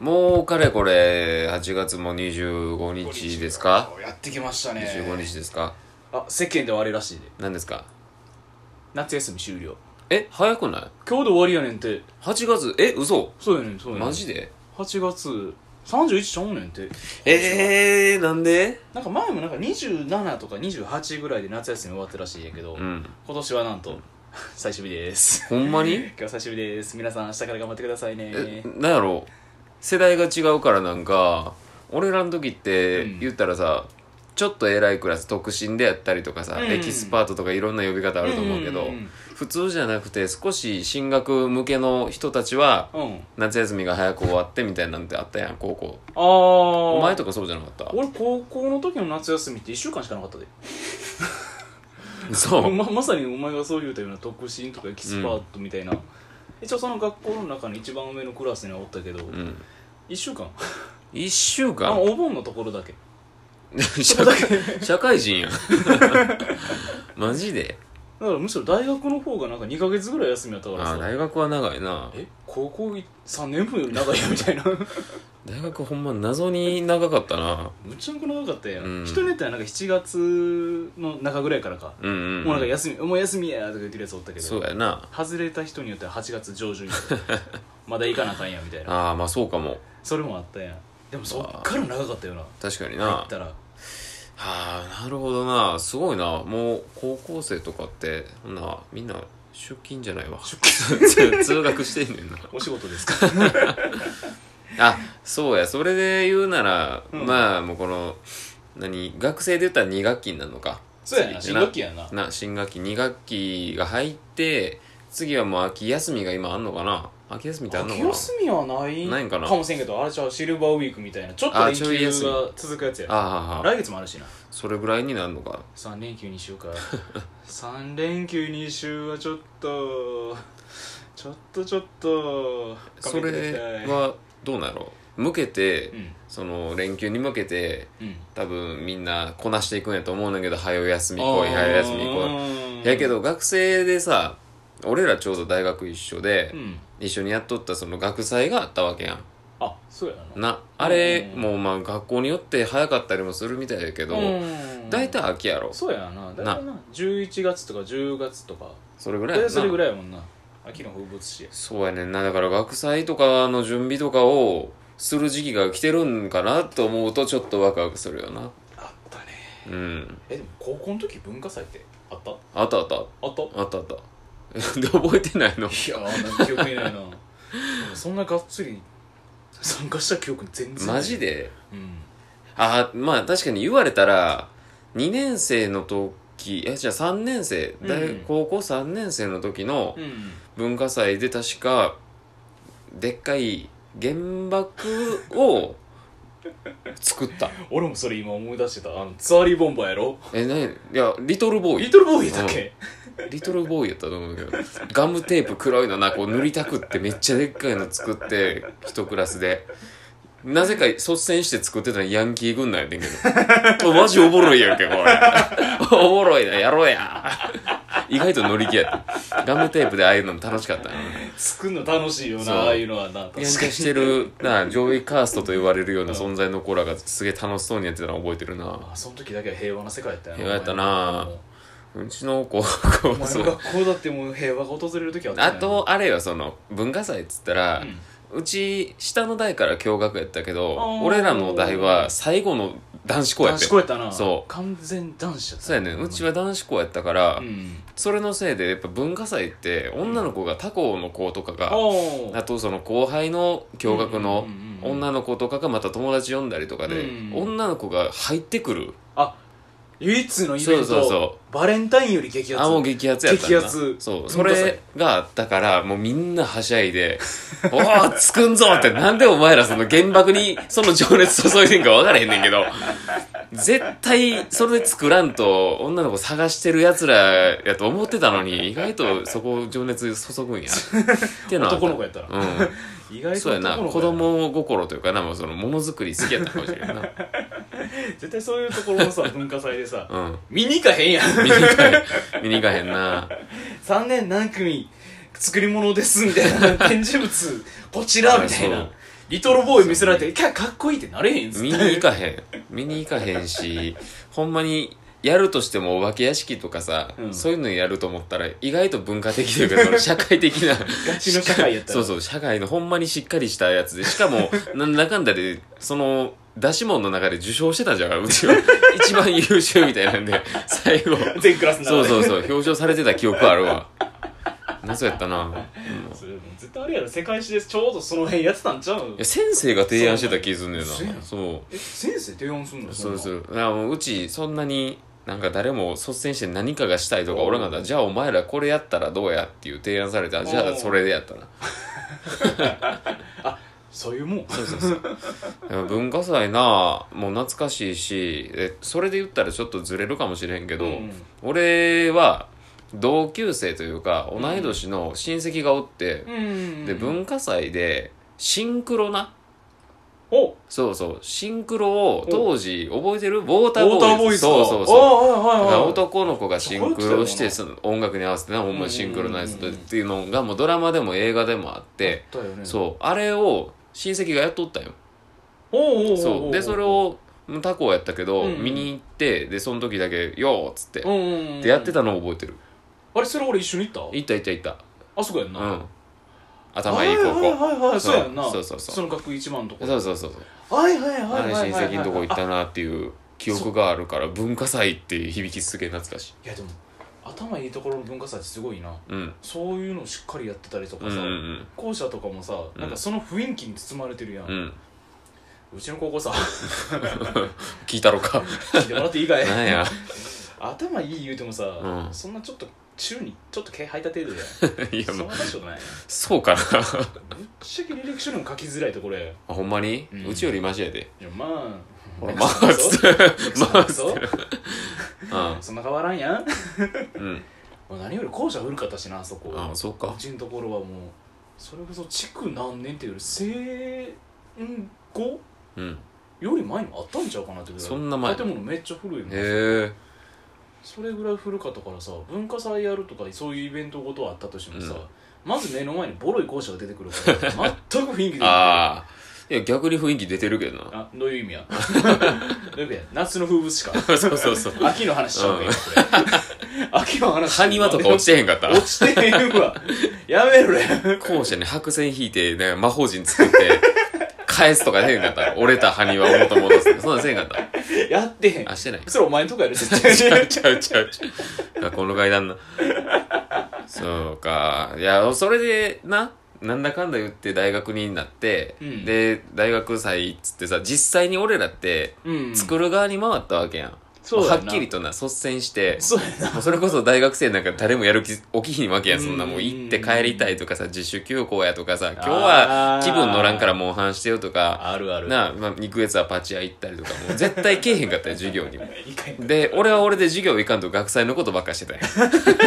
もうかれこれ8月も25日ですかやってきましたね25日ですかあ世間ではあれらしいで何ですか夏休み終了え早くない今日で終わりやねんて ?8 月え嘘そうやねんそうやねんマジで8月31ちゃうねんてえー、なんでなんか前もなんか27とか28ぐらいで夏休み終わってらしいんやけど、うん今年はなんと最終日ですほんまに今日最終日です皆さん明日から頑張ってくださいえねなんやろう世代が違うからなんか俺らの時ってうん言ったらさ、ちょっと偉いクラス特進でやったりとかさ、うんエキスパートとかいろんな呼び方あると思うけうど、んうん普通じゃなくて少し進学向けの人たちはうん、うん、夏休みが早く終わってみたいなんてあったやん高校ああおお前とかそうじゃなかった俺高校の時の夏休みって1週間しかなかったで そう、ままさにお前がそう言うたような特進とかエキスパートみたいな、一応その学校の中の一番上のクラスにはおったけど、うん、 1週間1週あ間お盆のところだ け社会社会人 やんマジでだからむしろ大学の方がなんか2ヶ月ぐらい休みやったからあさ大学は長いなえ高校3年分より長いやみたいな 大学ほんま謎に長かったなむちゃく長かったやん、うん人によってはなんか7月の中ぐらいからか、うんうん、うん、もうなんか休みもう休みやとか言ってるやつおったけそうどやな外れた人によっては8月上旬に まだ行かなあかんやみたいなああまあそうかもそれもあったやんでもそっから長かったよな確かにな入っはたらあなるほどなすごいなもう高校生とかってそんなみんな出勤じゃないわ出勤 通学してんねんなお仕事ですか あそうやそれで言うなら、うんまあもうこの何学生で言ったら2学期になるのかそうやな新次学期やなな新学期2学期が入って次はもう秋休みが今あんのかな秋休みってあんのか秋な休みはないないんかなもしれんけどあれちゃうシルバーウィークみたいなちょっとあ連ちょい休休みが続くやつやああ来月もあるしなそれぐらいになるのか3連休2週 か3連休2週はちょっとちょっとちょっとそれ勘弁してくださいはどうなんやろう向けて、うんその連休に向けてうん多分みんなこなしていくんやと思うねんだけど早う休み来い早う休み来いやけど学生でさ俺らちょうど大学一緒で、うん一緒にやっとったその学祭があったわけやんあそうやななあれうんもうまあ学校によって早かったりもするみたいやけどうん大体秋やろそうやな大体な11月とか10月とかそれぐらい大やん体なそれぐらいやもんな秋の風物詩やそうやねんなだから学祭とかの準備とかをする時期が来てるんかなと思うとちょっとワクワクするよなあったねうんえでも高校の時文化祭ってあったああったあったったいあったあった で覚えてない のやーなんか記憶にないなそんながっつり参加した記憶全然ないマジでうんあまあ確かに言われたら2年生の時えじゃあ3年生、大うん高校3年生の時のうん文化祭で確かでっかい原爆を作った俺もそれ今思い出してたあのツアリーボンバーやろえ何いやリトルボーリイトルボーイだっけリトルボーイやったと思うけどガムテープ黒いのなこう塗りたくってめっちゃでっかいの作って一クラスでなぜか率先して作ってたのヤンキー軍団やねんけどマジおもろいやんけこれおもろいなやろうや意外と乗り気やったガムテープでああいうのも楽しかったな作るの楽しいよそうなああいうのはな確かやにんちゃし てるな上位カーストと言われるような存在の子らがすげえ楽しそうにやってたの覚えてるなあその時だけは平和な世界やったよ平和やったなうちの子お前の学校だってもう平和が訪れる時はったあよなとあれよその文化祭っつったら、うち下の代から共学やったけどあー俺らの代は最後の男子校や男って子校やったなそう完全男子やったそうやねんうちは男子校やったから、うんそれのせいでやっぱ文化祭って女の子が他校の子とかが、おーあとその後輩の共学のうんうんうんうん女の子とかがまた友達呼んだりとかで、うん女の子が入ってくるあ唯一のイベントそうそうそバレンタインより激アツあもう激アツやったんだ激アツそうそ文化祭れがあったからもうみんなはしゃいで 「おお作んぞ!」ってなんでお前らその原爆にその情熱注いでんか分からへんねんけど絶対それで作らんと女の子探してるやつらやと思ってたのに意外とそこ情熱注ぐんやっていうのはあ男の子やったらうん意外とそうやな男の子子やな供心というかなもうそのものづくり好きやったかもしれ んな絶対そういうところのさ文化祭でさうん見に行かへんやん見に行かへん見に行かへんな3年何組作り物ですみたい な展示物こちらみたいそなうリトルボーイ見せられてかかっこいいってなれへんっつって見に行かへん見に行かへんしほんまにやるとしてもお化け屋敷とかさ、うんそういうのやると思ったら意外と文化的というかその社会的なガチの社会やったらそうそう社会のほんまにしっかりしたやつでし かもなんだかんだでその出し物の中で受賞してたじゃんうちは一番優秀みたいなんで最後全クラスの中でそうそうそう表彰されてた記憶あるわ謎やったな、うんそれもう絶対あれやろ世界史でちょうどその辺やってたんちゃういや先生が提案してた気すんねんなそうやんそうえ先生提案すんのそうそんなうだからもううちそんなになんか誰も率先して何かがしたいとかおらんかったじゃあお前らこれやったらどうやっていう提案されたおーじゃあそれでやったなそういうもんそうそうそうでも文化祭なもう懐かしいしえそれで言ったらちょっとずれるかもしれへんけど、うん俺は同級生というか同い年の親戚がおって、うんで文化祭でシンクロなおそうそうシンクロを当時覚えてるウォーウターボーイズだそうそうそうああはいはいはい男の子がシンクロしてそその音楽に合わせてなほんまにシンクロナイズっていうのがもうドラマでも映画でもあってだよねそうあれを親戚がやっとったよおうおうおうおうそうでそれを他校やったけどうん見に行ってでその時だけ「よー」っつってうんうんうんでやってたのを覚えてるあれそれ俺一緒に行っ行った行った行ったたあそこやんうなん頭いい高校はいはいはいはいそうやんなそうそうそうその学一番のとこそうそうそうそうはいはいあはいれは親いはい戚のとこ行ったなっていう記憶があるから文化祭って響きすげえ懐かしいいやでも頭いいところの文化祭ってすごいなうんそういうのしっかりやってたりとうかんうさん校舎とかもさうんなんかその雰囲気に包まれてるやんうんうんうちの高校さ聞いたろか聞いてもらっていいかいなんや頭いい言うてもさ、うんそんなちょっと宙にちょっと毛吐いた程度でいやそんもなう大したことないそうかなぶっちゃけ履歴書でも書きづらいとこれあほんまに、ううんちよりマジやでいやまあほらまあつってまあつっそうてそんな変わらんやんうんうんもう何より校舎古かったしなあそこあそうかうちのところはもうそれこそ築何年っていうより生後うんより前にもあったんちゃうかなってぐらいそんな前建物めっちゃ古いもんへえそれぐらい古かったからさ文化祭やるとかそういうイベントごとはあったとしてもさ、うんまず目の前にボロい校舎が出てくるから全く雰囲気でああいや逆に雰囲気出てるけどなあどういう意味や どういう意味や夏の風物詩かそうそうそう秋の話しちゃうか、うん今これ 秋の話埴輪とか落ちてへんかった落ちてへんわやめろや校舎に白線引いてなんか魔法陣作って返すとかせへんかった折れた埴輪を元戻すそんなんせへんかったやってへんあしてないそれお前のとこやる絶ちゃう対ちゃうちゃうちゃう学校の階段なそうかいやそれでななんだかんだ言って大学になって、うんで大学祭っつってさ実際に俺らってうん作る側に回ったわけやん、そうはやなっきりとな率先してそうやなもうそれこそ大学生なんか誰もやる気起きひんわけやんそんなもう行ってうん帰りたいとかさ自主休校やとかさ今日は気分乗らんからモンハンしてよとかあるあるなあ、まあ、肉月はパチ屋行ったりとかもう絶対けえへんかったよ授業にもいいかいで俺は俺で授業行かんと学祭のことばっかして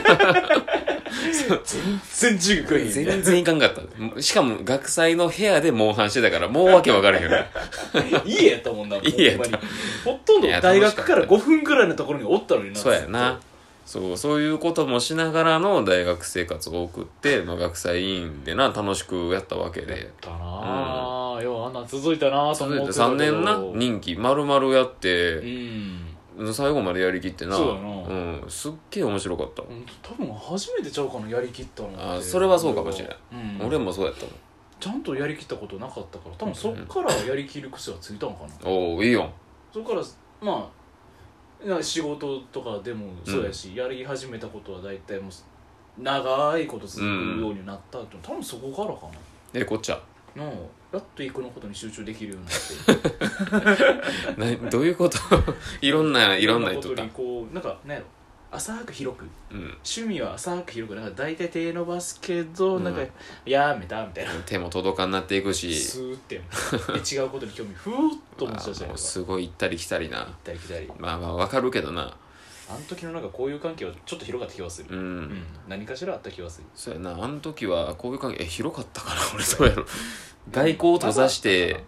たよ全然授業来へんね全然行かんかったしかも学祭の部屋でモンハンしてたからもうわけわから へんよ家やったもんな、ほんまに家やったほとんどいや大学から楽しか5分くらいのところにおったのにな。そうやなそうそういうこともしながらの大学生活を送って、まあ、学祭委員でな楽しくやったわけずっと。やっでたなぁ。よう、あんなん続いたなぁ、と続思いっててた3けど年な任期丸々やっうて、ん。最後までやりきってなそうやなうん、すっげえ面白かった、うん多分初めてちゃうかな、やりきったのって。あそれはそうかもしれないうん。俺もそうやったもんちゃんとやりきったことなかったから、多分そっからやりきる癖はついたのかな。おおいいよそっから、まあ、なんか仕事とかでもそうやし、やり始めたことは大体もう、長いこと続くようになったって、多分そこからかな。えこっちゃのやっと育のことに集中できるようになって などういうこと いろん ないろんなこ人とだにこうなんかなんやろ浅く広くうん趣味は浅く広くなんか大体手伸ばすけど、うんなんかやめたみたいな手も届かんなっていくしスーってやめたで違うことに興味ふーっと持ち出したありもとうかすごい行ったり来たりな行ったり来たりまあまあわかるけどなあの時のなんかこういう関係はちょっと広がった気がする、うん、うん何かしらあった気がするそうやな あの時はこういう関係え広かったかな俺そうやろ外交を閉ざして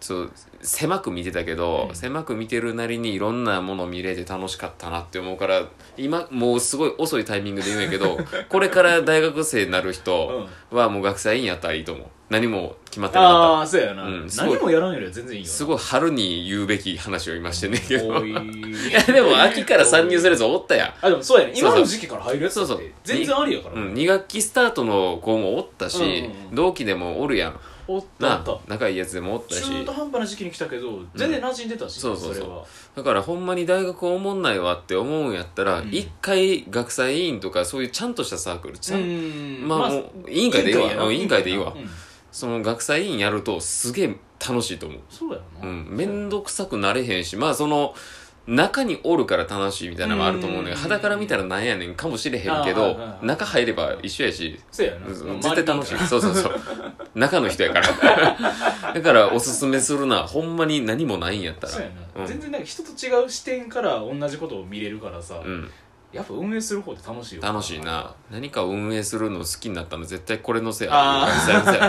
そう狭く見てたけど、うん狭く見てるなりにいろんなもの見れて楽しかったなって思うから今もうすごい遅いタイミングで言うんやけど これから大学生になる人はもう学祭院やったらいいと思う何も決まってなかっああそうやな、うんすごい何もやらんよりは全然いいたよすごい春に言うべき話を今してんねんけど多いいやでも秋から参入するやつおったやんあでもそうやね そうそう今の時期から入るやつだってそうそう全然ありやから、うん、2学期スタートの子もおったし、うんうんうん同期でもおるやんおったおなっあた仲いいやつでもおったし中途半端な時期に来たけど全然馴染んでたし、そうそうそうれはだからほんまに大学おもんないわって思うんやったらうん一、回学祭委員とかそういうちゃんとしたサークルちゃんんまあもう委員会でいいわやなうん委員会でいいわうんその学祭委員やるとすげえ楽しいと思うそうやうな、ん面倒くさくなれへんしまあその中におるから楽しいみたいなのもあると思うねうん肌から見たらなんやねんかもしれへんあーはけいどはいはい中入れば一緒やしそうやな、うん絶対楽しいそうそうそう 中の人やからだから おすすめするなほんまに何もないんやったそうやらな、うん全然なんか人と違う視点から同じことを見れるからさ、うんやっぱ運営する方って楽しいよ楽しい な何か運営するの好きになったの絶対これのせいあある実際のせいあ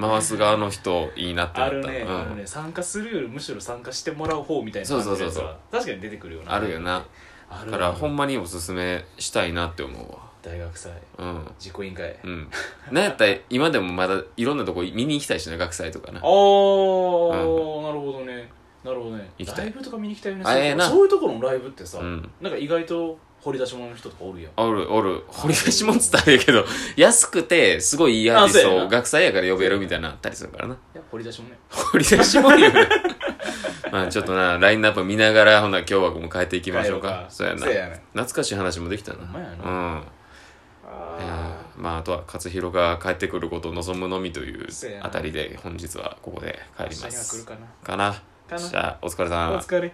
るあ回す側の人いいなってなあったるね,、うんあるね参加するよりむしろ参加してもらう方みたいなそう感じそのうそうやつそうは確かに出てくるよなあるよなあだるからほんまにおすすめしたいなって思う大学祭わうん実行委員会、うんなんやったら今でもまだいろんなとこ見に行きたいしな学祭とかなあー、なるほどねなるほどね行きたいライブとか見に行きたいよねあええなそういうところのライブってさ、うんなんか意外と掘り出し物の人とかおるやんおるおる掘り出しもんつったらええけど安くてすごいいいアーティスあそうトやをな学祭やから呼べるみたいなのあったりするからないや掘り出し物ね掘り出しもん よねまあちょっとなラインナップ見ながらほな今日はもう変えていきましょうかそうやなそうやね懐かしい話もできたなほんまやなうんいやーまああとは勝弘が帰ってくることを望むのみというそうやなあたりで本日はここで帰明り日にまは来るすかなかなかなじゃあお疲れさんお疲れ